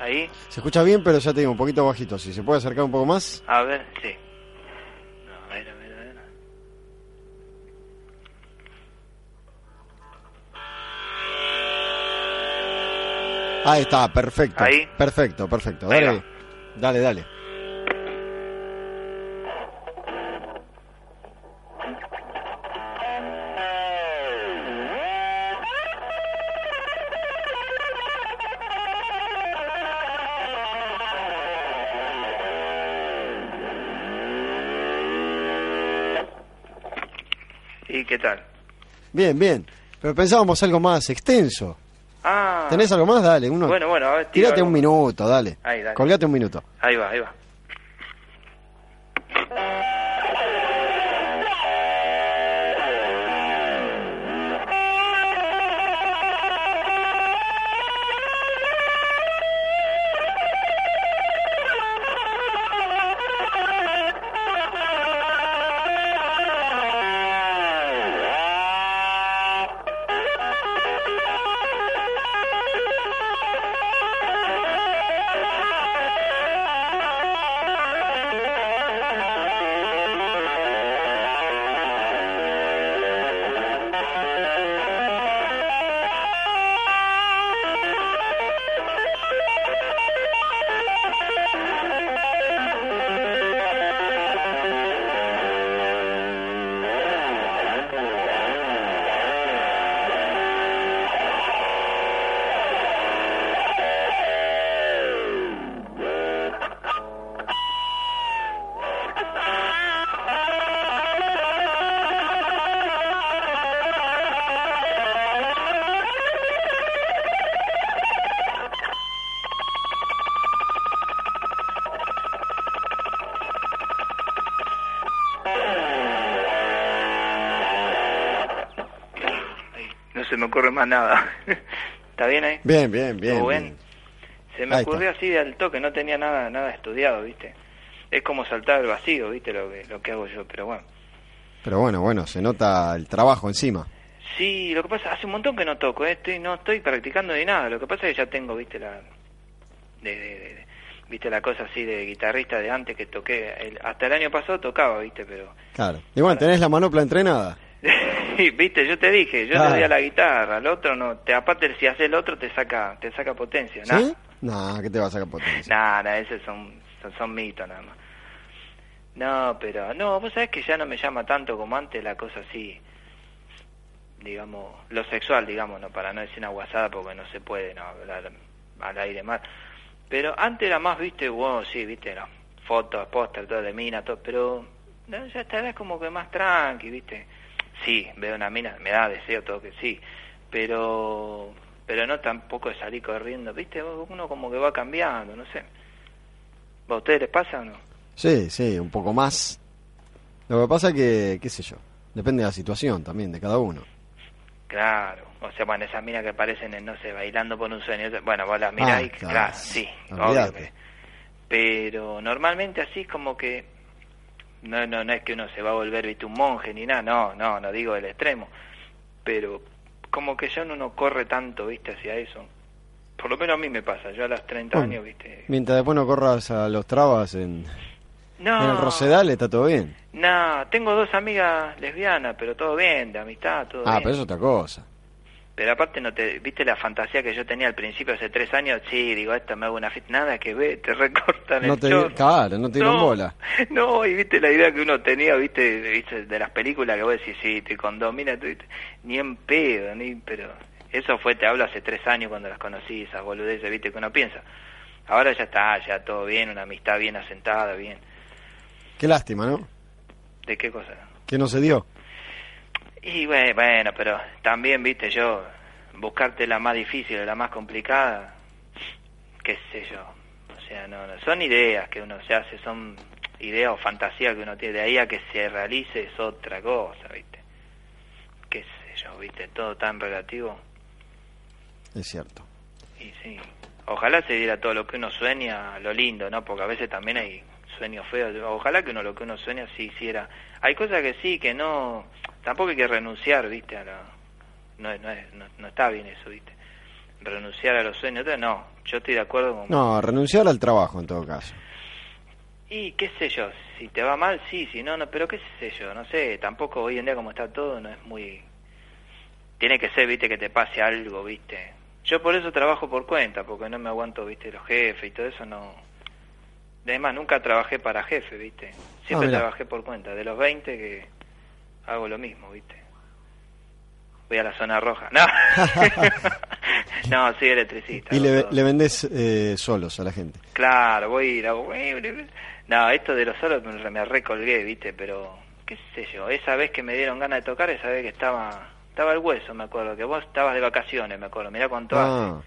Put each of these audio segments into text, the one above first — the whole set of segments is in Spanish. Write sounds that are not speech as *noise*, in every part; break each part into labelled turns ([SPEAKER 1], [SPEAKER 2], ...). [SPEAKER 1] Ahí,
[SPEAKER 2] Se escucha bien, pero ya te digo, un poquito bajito. Si se puede acercar un poco más.
[SPEAKER 1] a ver, sí. No, a ver, a ver, a ver.
[SPEAKER 2] Ahí está, perfecto.
[SPEAKER 1] Ahí.
[SPEAKER 2] Perfecto, perfecto.
[SPEAKER 1] Ahí
[SPEAKER 2] Dale, ahí. dale, dale.
[SPEAKER 1] ¿Y qué tal?
[SPEAKER 2] Bien, bien. Pero pensábamos algo más extenso.
[SPEAKER 1] Ah,
[SPEAKER 2] ¿Tenés algo más? Dale, uno.
[SPEAKER 1] Bueno, bueno, a ver, tiro
[SPEAKER 2] Tírate
[SPEAKER 1] algo
[SPEAKER 2] un
[SPEAKER 1] más.
[SPEAKER 2] minuto, dale.
[SPEAKER 1] Ahí, dale.
[SPEAKER 2] Colgate un minuto.
[SPEAKER 1] ahí va, ahí va. Ahí. No se me ocurre más nada. *laughs* ¿Está bien ahí?
[SPEAKER 2] Bien, bien, bien.
[SPEAKER 1] ¿Todo bien?
[SPEAKER 2] bien.
[SPEAKER 1] Se me
[SPEAKER 2] Ahí
[SPEAKER 1] ocurrió así al toque, no tenía nada nada estudiado, ¿viste? Es como saltar al vacío, ¿viste? Lo que, lo que hago yo, pero bueno.
[SPEAKER 2] Pero bueno, bueno, se nota el trabajo encima.
[SPEAKER 1] Sí, lo que pasa, hace un montón que no toco, ¿eh? estoy, no estoy practicando ni nada. Lo que pasa es que ya tengo, viste, la. de- de- de- de- viste la cosa así de guitarrista de antes que toqué. El- hasta el año pasado tocaba, viste, pero.
[SPEAKER 2] Claro. Y bueno, tenés la manopla entrenada.
[SPEAKER 1] *laughs* Sí, viste, yo te dije, yo
[SPEAKER 2] Claro.
[SPEAKER 1] te di a la guitarra, al otro no. Te, aparte, si haces el otro, te saca te saca potencia, ¿no?
[SPEAKER 2] ¿Sí? Nah, que te vas a sacar potencia.
[SPEAKER 1] Nada, esos son, son, son mitos nada más. No, pero no, vos sabés que ya no me llama tanto como antes la cosa así, digamos, lo sexual, digamos, no para no decir una guasada porque no se puede no hablar al aire más. Pero antes era más, viste, wow, sí, viste, no, fotos, póster, todo de mina, todo, pero no, ya estarás como que más tranqui, viste. Sí, veo una mina, me da deseo todo que sí, pero pero no tampoco de salir corriendo, viste, uno como que va cambiando, no sé. ¿A ustedes les pasa o no?
[SPEAKER 2] Sí, sí, un poco más. Lo que pasa que, qué sé yo, depende de la situación también, de cada uno.
[SPEAKER 1] Claro, o sea, bueno, esas minas que aparecen en, no sé, bailando por un sueño, bueno, vos las mirás
[SPEAKER 2] Ah,
[SPEAKER 1] y,
[SPEAKER 2] claro.
[SPEAKER 1] claro, sí,
[SPEAKER 2] Olvídate.
[SPEAKER 1] obvio que- Pero normalmente así es como que, no, no, no es que uno se va a volver, viste, un monje ni nada, no, no, no digo el extremo, pero como que ya uno no corre tanto, viste, hacia eso. Por lo menos a mí me pasa, yo a los 30
[SPEAKER 2] Bueno,
[SPEAKER 1] años, viste.
[SPEAKER 2] Mientras después no corras a los trabas en,
[SPEAKER 1] No,
[SPEAKER 2] en el Rosedal, está todo bien.
[SPEAKER 1] no, tengo dos amigas lesbianas, pero todo bien, de amistad, todo
[SPEAKER 2] Ah,
[SPEAKER 1] bien.
[SPEAKER 2] pero es otra cosa.
[SPEAKER 1] Pero aparte, no te ¿viste la fantasía que yo tenía al principio hace tres años? Sí, digo, esto me hago una fiesta. Nada que ve, te *laughs* recortan
[SPEAKER 2] No
[SPEAKER 1] el
[SPEAKER 2] te
[SPEAKER 1] chorro.
[SPEAKER 2] di- claro, no te dieron bola.
[SPEAKER 1] *laughs* No, y viste la idea que uno tenía, viste, ¿viste? de las películas que vos decís, sí, te condomina, tú- ni en pedo, ni, pero eso fue, te hablo hace tres años cuando las conocí, esas boludeces, viste, que uno piensa. Ahora ya está, ya todo bien, una amistad bien asentada, bien.
[SPEAKER 2] Qué lástima, ¿no?
[SPEAKER 1] ¿De qué cosa?
[SPEAKER 2] Que no se dio.
[SPEAKER 1] Y bueno, bueno, pero también, viste, yo, buscarte la más difícil, la más complicada, qué sé yo. O sea, no, no, son ideas que uno se hace, son ideas o fantasías que uno tiene. De ahí a que se realice es otra cosa, viste. Qué sé yo, viste, todo tan relativo.
[SPEAKER 2] Es cierto.
[SPEAKER 1] Y sí, ojalá se diera todo lo que uno sueña, lo lindo, ¿no? Porque a veces también hay sueños feos. Ojalá que uno lo que uno sueña sí hiciera. Hay cosas que sí, que no. Tampoco hay que renunciar, ¿viste? A la- no, es- no, es- no, no está bien eso, ¿viste? Renunciar a los sueños. Entonces, no, yo estoy de acuerdo con.
[SPEAKER 2] No, renunciar al trabajo en todo caso.
[SPEAKER 1] Y qué sé yo, si te va mal, sí, si no, no, pero qué sé yo, no sé, tampoco hoy en día como está todo, no es muy... Tiene que ser, viste, que te pase algo, viste. Yo por eso trabajo por cuenta, porque no me aguanto, viste, los jefes y todo eso, no... Además, nunca trabajé para jefe, viste. Siempre
[SPEAKER 2] Ah, mirá.
[SPEAKER 1] trabajé por cuenta, de los 20 que hago lo mismo, viste. Voy a la zona roja.
[SPEAKER 2] *laughs*
[SPEAKER 1] No, *laughs* no soy electricista.
[SPEAKER 2] Y
[SPEAKER 1] hago
[SPEAKER 2] le,
[SPEAKER 1] todo.
[SPEAKER 2] le vendés eh, solos a la gente.
[SPEAKER 1] Claro, voy a ir hago- No, esto de los solos me, me recolgué, viste, pero qué sé yo, esa vez que me dieron ganas de tocar, esa vez que estaba estaba el hueso, me acuerdo, que vos estabas de vacaciones, me acuerdo, mirá cuánto
[SPEAKER 2] Ah,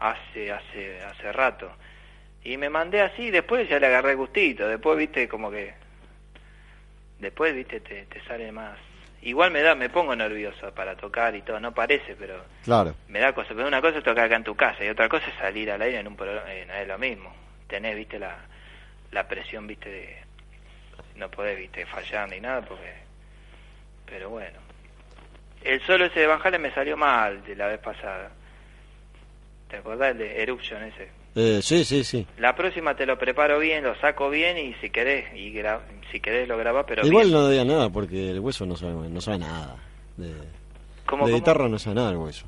[SPEAKER 1] hace, hace, hace, hace rato. Y me mandé así, después ya le agarré gustito, después viste como que, después viste te, te sale más. Igual me da, me pongo nervioso para tocar y todo, no parece, pero
[SPEAKER 2] claro.
[SPEAKER 1] me da cosa, pero una cosa es tocar acá en tu casa y otra cosa es salir al aire en un programa, eh, no es lo mismo. Tenés, viste, la, la presión, viste, de no podés, viste, fallar ni nada, porque... Pero bueno. El solo ese de Van Halen me salió mal de la vez pasada. ¿Te acordás? El de Eruption ese.
[SPEAKER 2] Eh, sí, sí, sí.
[SPEAKER 1] La próxima te lo preparo bien, lo saco bien y si querés, y gra- si querés lo grabás, pero...
[SPEAKER 2] Igual
[SPEAKER 1] bien.
[SPEAKER 2] no diga nada porque el hueso no sabe, no sabe nada. De,
[SPEAKER 1] ¿Cómo,
[SPEAKER 2] de
[SPEAKER 1] cómo?
[SPEAKER 2] guitarra no sabe nada el hueso.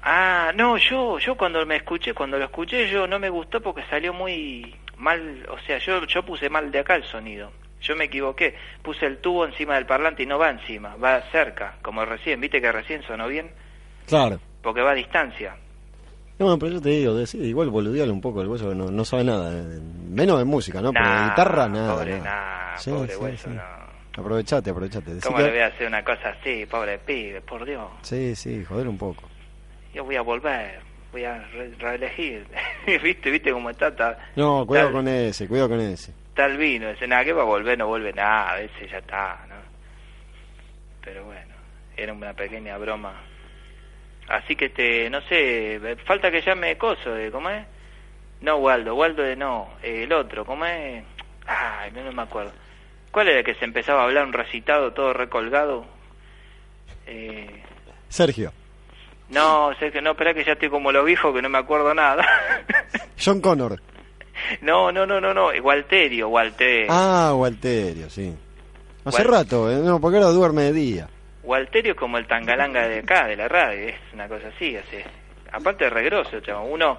[SPEAKER 1] Ah, no, yo, yo cuando me escuché, cuando lo escuché yo no me gustó porque salió muy mal, o sea, yo, yo puse mal de acá el sonido. Yo me equivoqué, puse el tubo encima del parlante y no va encima, va cerca, como recién, viste que recién sonó bien,
[SPEAKER 2] Claro.
[SPEAKER 1] porque va a distancia.
[SPEAKER 2] No, bueno, pero yo te digo, decí- igual boludeale un poco el hueso, que no, no sabe nada. de- Menos de música, ¿no? Pero de
[SPEAKER 1] Nah,
[SPEAKER 2] guitarra, nada.
[SPEAKER 1] Pobre,
[SPEAKER 2] nada.
[SPEAKER 1] nah,
[SPEAKER 2] Sí,
[SPEAKER 1] pobre
[SPEAKER 2] sí,
[SPEAKER 1] hueso,
[SPEAKER 2] sí.
[SPEAKER 1] no.
[SPEAKER 2] Aprovechate, aprovechate. Decí
[SPEAKER 1] ¿Cómo
[SPEAKER 2] que-
[SPEAKER 1] le voy a hacer una cosa así, pobre pibe, por Dios?
[SPEAKER 2] Sí, sí, joder un poco.
[SPEAKER 1] Yo voy a volver, voy a re- reelegir, *laughs* viste, viste cómo está, está,
[SPEAKER 2] No, cuidado
[SPEAKER 1] Dale.
[SPEAKER 2] con ese, cuidado con ese.
[SPEAKER 1] tal vino, dice, nada, que va a volver, no vuelve nada, a veces ya está, ¿no? Pero bueno, era una pequeña broma. Así que este, no sé, eh, falta que llame Coso, eh, ¿cómo es? No, Waldo, Waldo de no, eh, el otro, ¿cómo es? Ay, no no me acuerdo. ¿Cuál era el que se empezaba a hablar un recitado todo recolgado? Eh,
[SPEAKER 2] Sergio,
[SPEAKER 1] no, sé que no, espera que ya estoy como lo viejo que no me acuerdo nada. *laughs*
[SPEAKER 2] John Connor.
[SPEAKER 1] no, no, no, no, no, eh, Walterio, Walterio.
[SPEAKER 2] Ah, Walterio, sí. Hace
[SPEAKER 1] Wal-
[SPEAKER 2] rato, eh, no, porque ahora duerme de día.
[SPEAKER 1] Walterio es como el tangalanga de acá, de la radio, es una cosa así, así. Aparte es regroso, chavo. Uno,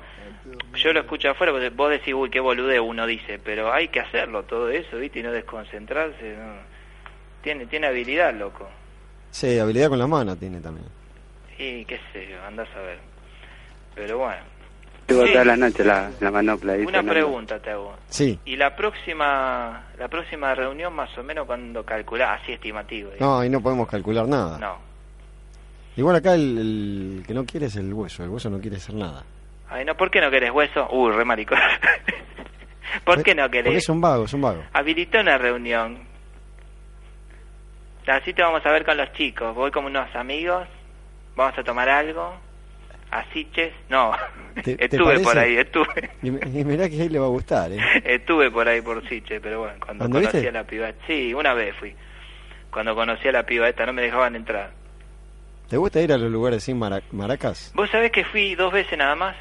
[SPEAKER 1] yo lo escucho afuera, vos- vos decís, uy, qué boludez uno dice, pero hay que hacerlo todo eso, ¿viste? Y no desconcentrarse. no. Tiene, tiene habilidad, loco.
[SPEAKER 2] Sí, habilidad con las manos tiene también.
[SPEAKER 1] Y qué sé yo, andás a ver. Pero bueno,
[SPEAKER 3] Llevo
[SPEAKER 1] Sí.
[SPEAKER 3] toda la noche la, la manopla ahí.
[SPEAKER 1] una
[SPEAKER 3] Fernando.
[SPEAKER 1] pregunta te hago.
[SPEAKER 2] Sí.
[SPEAKER 1] Y la próxima, la próxima reunión más o menos cuando calculás, así estimativo. digamos.
[SPEAKER 2] No, ahí no podemos calcular nada.
[SPEAKER 1] no.
[SPEAKER 2] Igual acá el, el que no quiere es el hueso, el hueso no quiere hacer nada.
[SPEAKER 1] Ay, no, ¿por qué no querés hueso? Uy, re maricón. *laughs* ¿Por qué no
[SPEAKER 2] Porque
[SPEAKER 1] querés?
[SPEAKER 2] es un vago, es un vago.
[SPEAKER 1] Habilité una reunión. Así te vamos a ver con los chicos. Voy con unos amigos. Vamos a tomar algo. Así, ches. No. *laughs*
[SPEAKER 2] ¿Te- te
[SPEAKER 1] estuve por
[SPEAKER 2] parece?
[SPEAKER 1] ahí, estuve. *laughs*
[SPEAKER 2] Y, me- y mirá que ahí le va a gustar, ¿eh?
[SPEAKER 1] Estuve por ahí por Siche, pero bueno, cuando
[SPEAKER 2] ¿Anduviste?
[SPEAKER 1] conocí a la piba, sí, una vez fui. Cuando conocí a la piba esta no me dejaban entrar.
[SPEAKER 2] ¿Te gusta ir a los lugares sin mara- maracas?
[SPEAKER 1] Vos sabés que fui dos veces nada más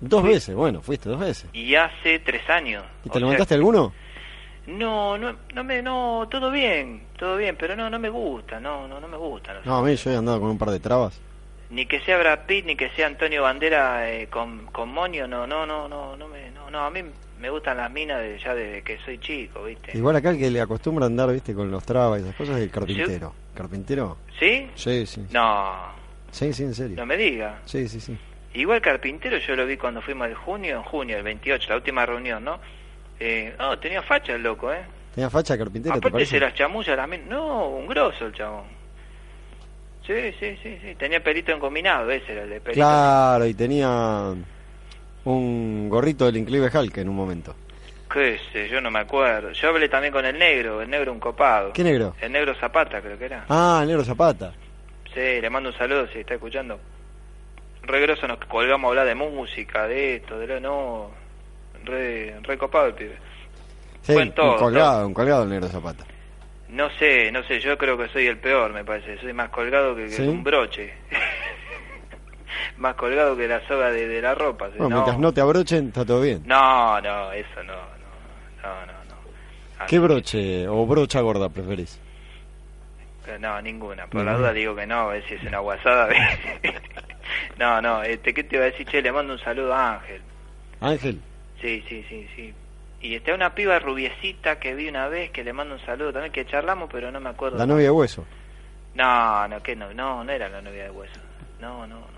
[SPEAKER 2] Dos veces, bueno, fuiste dos veces.
[SPEAKER 1] y hace tres años.
[SPEAKER 2] ¿Y
[SPEAKER 1] O
[SPEAKER 2] te
[SPEAKER 1] sea,
[SPEAKER 2] levantaste alguno?
[SPEAKER 1] No, no, no me, no, todo bien, todo bien, pero no, no me gusta, no, no, no me gusta. no sé.
[SPEAKER 2] No, a mí yo he andado con un par de trabas.
[SPEAKER 1] Ni que sea Brad Pitt, ni que sea Antonio Bandera eh, con, con Monio, no, no, no, no, no me, no, no, a mí me gustan las minas de, ya desde que soy chico, ¿viste?
[SPEAKER 2] Igual acá el que le acostumbra a andar, viste, con los trabas y esas cosas es el carpintero. ¿Carpintero?
[SPEAKER 1] ¿Sí?
[SPEAKER 2] Sí, sí.
[SPEAKER 1] No,
[SPEAKER 2] Sí, sí, en serio.
[SPEAKER 1] no me diga.
[SPEAKER 2] Sí, sí, sí.
[SPEAKER 1] Igual carpintero yo lo vi cuando fuimos el junio, en junio, el 28, la última reunión, ¿no? Eh, no, tenía facha el loco, ¿eh?
[SPEAKER 2] ¿Tenía facha de carpintero, te
[SPEAKER 1] Aparte
[SPEAKER 2] parece?
[SPEAKER 1] se las chamulla a las minas. No, un grosso el chabón. Sí, sí, sí, sí. Tenía pelito engominado, ese era el de pelito.
[SPEAKER 2] Claro, y tenía un gorrito del Inclive Hulk en un momento.
[SPEAKER 1] Qué sé, yo no me acuerdo. Yo hablé también con el negro, el negro un copado.
[SPEAKER 2] ¿Qué negro?
[SPEAKER 1] El negro Zapata, creo que era.
[SPEAKER 2] Ah, el negro Zapata.
[SPEAKER 1] Sí, le mando un saludo si está escuchando. Regreso nos colgamos a hablar de música, de esto, de lo no. Re, re copado el pibe.
[SPEAKER 2] Sí,
[SPEAKER 1] Buen todo,
[SPEAKER 2] un colgado, un colgado el negro Zapata.
[SPEAKER 1] No sé, no sé, yo creo que soy el peor, me parece. Soy más colgado que, que
[SPEAKER 2] ¿Sí?
[SPEAKER 1] un broche. *laughs* más colgado que la soga de, de la ropa. sí,
[SPEAKER 2] Bueno,
[SPEAKER 1] Eh, no.
[SPEAKER 2] mientras no te abrochen, está todo bien.
[SPEAKER 1] no, no, eso no, no, no, no. no. Ah,
[SPEAKER 2] ¿Qué broche o brocha gorda preferís?
[SPEAKER 1] Eh, No, ninguna. Por la
[SPEAKER 2] Ninguna.
[SPEAKER 1] duda digo que no, a ver si es una guasada. *laughs* no, no, este, ¿qué te iba a decir? Che, le mando un saludo a Ángel.
[SPEAKER 2] Ángel.
[SPEAKER 1] Sí, sí, sí, sí. Y está una piba rubiecita que vi una vez que le mando un saludo también, que charlamos, pero no me acuerdo.
[SPEAKER 2] La novia de hueso.
[SPEAKER 1] No, no, que no, no, no era la novia de hueso. No, no, no.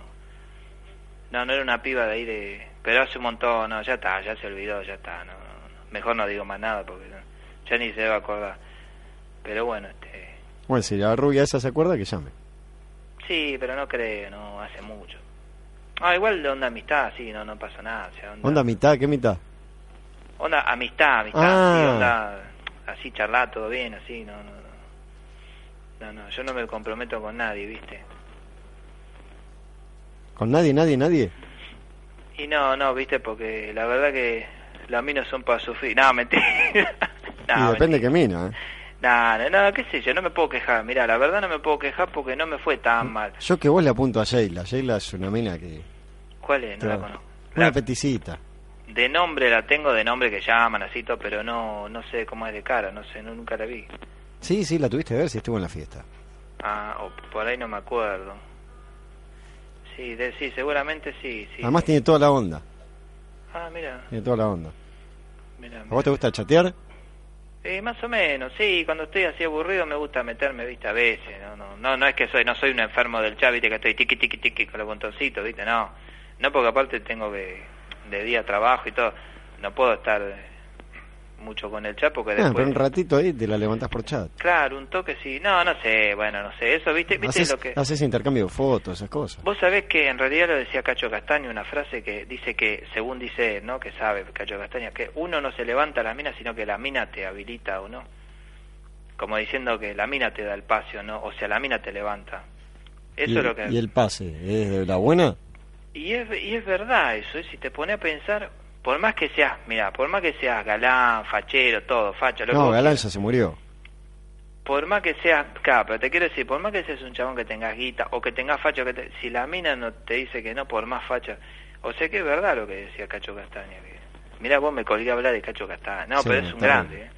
[SPEAKER 1] No, no era una piba de ahí de... Pero hace un montón, no, ya está, ya se olvidó, ya está. No, no, no. Mejor no digo más nada porque no- ya ni se va a acordar. Pero bueno, este...
[SPEAKER 2] Bueno, si la rubia esa se acuerda, que llame.
[SPEAKER 1] Sí, pero no creo, no, hace mucho. Ah, igual de onda amistad, sí, no, no pasa nada. O sea, onda,
[SPEAKER 2] ¿Onda mitad? ¿Qué mitad?
[SPEAKER 1] onda amistad, amistad,
[SPEAKER 2] Ah.
[SPEAKER 1] sí, onda así charlar, todo bien, así, no, no, no. No, no, yo no me comprometo con nadie, ¿viste?
[SPEAKER 2] ¿Con nadie, nadie, nadie?
[SPEAKER 1] Y no, no, ¿viste? Porque la verdad que las minas son para sufrir. No, mentira.
[SPEAKER 2] *laughs* y
[SPEAKER 1] no,
[SPEAKER 2] depende
[SPEAKER 1] mentira.
[SPEAKER 2] que mina, ¿eh?
[SPEAKER 1] No, no, no, qué sé yo, no me puedo quejar. Mira, la verdad no me puedo quejar porque no me fue
[SPEAKER 2] Mm.
[SPEAKER 1] tan mal.
[SPEAKER 2] Yo que vos le apunto a Sheila. Sheila es una mina que...
[SPEAKER 1] ¿Cuál es? No la
[SPEAKER 2] Claro.
[SPEAKER 1] conozco.
[SPEAKER 2] Una
[SPEAKER 1] La-
[SPEAKER 2] peticita.
[SPEAKER 1] De nombre la tengo, de nombre que llaman, así todo, pero no, no sé cómo es de cara, no sé, no- nunca la vi.
[SPEAKER 2] Sí, sí, la tuviste a ver si estuvo en la fiesta.
[SPEAKER 1] Ah, o por ahí no me acuerdo. Sí, de, sí, seguramente sí, sí.
[SPEAKER 2] Además tiene toda la onda.
[SPEAKER 1] Ah, mira,
[SPEAKER 2] Tiene toda la onda.
[SPEAKER 1] mira.
[SPEAKER 2] ¿A vos te gusta chatear?
[SPEAKER 1] Eh, más o menos, sí, cuando estoy así aburrido me gusta meterme, viste, a veces, no, no, no, no es que soy, no soy un enfermo del chat, viste, que estoy tiqui, tiqui, tiqui con los botoncitos, viste, no, no, porque aparte tengo que, de día trabajo y todo, no puedo estar eh, mucho con el chat porque
[SPEAKER 2] Ah, pero
[SPEAKER 1] después...
[SPEAKER 2] un ratito ahí te la levantás por chat.
[SPEAKER 1] Claro, un toque sí. No, no sé, bueno, no sé. Eso, ¿viste? ¿Viste
[SPEAKER 2] Haces,
[SPEAKER 1] lo que...?
[SPEAKER 2] haces intercambio de fotos, esas cosas.
[SPEAKER 1] Vos sabés que en realidad lo decía Cacho Castaño, una frase que dice que, según dice, él, ¿no? Que sabe Cacho Castaño, que uno no se levanta a la mina, sino que la mina te habilita o no. Como diciendo que la mina te da el pase o no, o sea, la mina te levanta. Eso
[SPEAKER 2] y,
[SPEAKER 1] es lo que...
[SPEAKER 2] ¿Y el pase? ¿Es de la buena?
[SPEAKER 1] Y es, y es verdad eso, ¿eh? si te pones a pensar, por más que seas, mira, por más que seas galán, fachero, todo, facha, lo que
[SPEAKER 2] No,
[SPEAKER 1] vos
[SPEAKER 2] Galán ya se murió.
[SPEAKER 1] Por más que seas, claro, pero te quiero decir, por más que seas un chabón que tengas guita o que tengas facha, que te- si la mina no te dice que no, por más facha. O sea que es verdad lo que decía Cacho Castaña. Que, mirá, vos me colgué a hablar de Cacho Castaña. No,
[SPEAKER 2] Sí,
[SPEAKER 1] pero es un
[SPEAKER 2] está
[SPEAKER 1] grande.
[SPEAKER 2] bien.
[SPEAKER 1] ¿eh?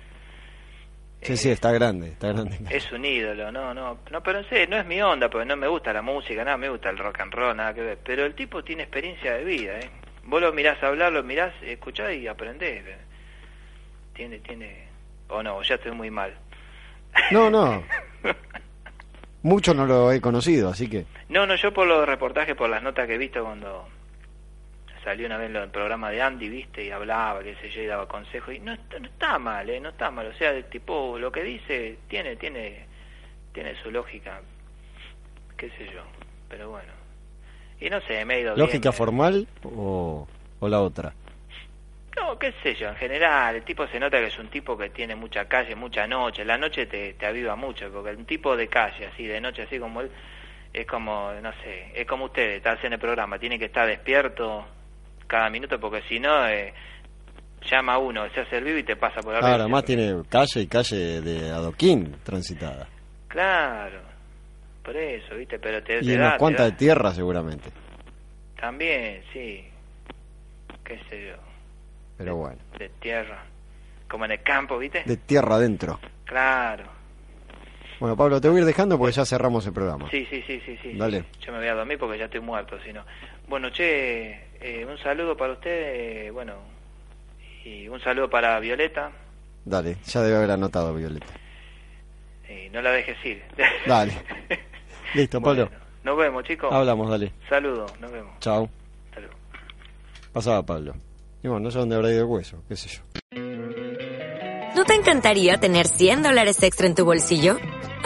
[SPEAKER 2] Sí,
[SPEAKER 1] Eh,
[SPEAKER 2] sí, está grande, *laughs* está grande.
[SPEAKER 1] Es un ídolo, no, no. No, pero en serio, no es mi onda, porque no me gusta la música, nada, me gusta el rock and roll, nada que ver. Pero el tipo tiene experiencia de vida, ¿eh? Vos lo mirás hablar, lo mirás, escuchás y aprendés. ¿eh? Tiene, tiene... O no, ya estoy muy mal.
[SPEAKER 2] No, *laughs* no. Mucho no lo he conocido, así que...
[SPEAKER 1] No, no, yo por los reportajes, por las notas que he visto cuando salió una vez lo- el programa de Andy, viste, y hablaba, qué sé yo, y daba consejos, y no, está- no está mal, ¿eh? no está mal, o sea, el tipo, lo que dice tiene, tiene, tiene su lógica, qué sé yo, pero bueno. Y no sé, me ha ido bien,
[SPEAKER 2] ¿Lógica
[SPEAKER 1] me-
[SPEAKER 2] formal o, o la otra?
[SPEAKER 1] No, qué sé yo, en general, el tipo se nota que es un tipo que tiene mucha calle, mucha noche. La noche te, te aviva mucho, porque un tipo de calle, así, de noche, así como él, es como, no sé, es como ustedes, está en el programa, tiene que estar despierto cada minuto, porque si no, eh, llama a uno, se hace el vivo y te pasa por arriba.
[SPEAKER 2] Ahora, además tiene calle y calle de adoquín transitada.
[SPEAKER 1] Claro, por eso, ¿viste? Pero te,
[SPEAKER 2] Y
[SPEAKER 1] te da,
[SPEAKER 2] unas
[SPEAKER 1] te
[SPEAKER 2] cuantas
[SPEAKER 1] da.
[SPEAKER 2] de tierra seguramente.
[SPEAKER 1] También, sí. Qué sé yo,
[SPEAKER 2] Pero bueno.
[SPEAKER 1] de tierra. Como en el campo, ¿viste?
[SPEAKER 2] De tierra adentro.
[SPEAKER 1] Claro.
[SPEAKER 2] Bueno, Pablo, te voy a ir dejando porque ya cerramos el programa.
[SPEAKER 1] Sí, sí, sí, sí, sí.
[SPEAKER 2] Dale.
[SPEAKER 1] Yo me voy a dormir porque ya estoy muerto, si no. Bueno, che, eh, un saludo para usted, eh, bueno, y un saludo para Violeta,
[SPEAKER 2] Dale, ya debe haber anotado, Violeta.
[SPEAKER 1] y no la dejes ir. *laughs*
[SPEAKER 2] *laughs* Dale. Listo, Pablo.
[SPEAKER 1] Bueno, nos vemos, chicos.
[SPEAKER 2] Hablamos, dale.
[SPEAKER 1] Saludos, nos vemos.
[SPEAKER 2] Chao.
[SPEAKER 1] Hasta luego.
[SPEAKER 2] Pasaba Pablo. Y bueno, no sé dónde habrá ido el hueso, qué sé yo.
[SPEAKER 4] ¿No te encantaría tener 100 dólares extra en tu bolsillo?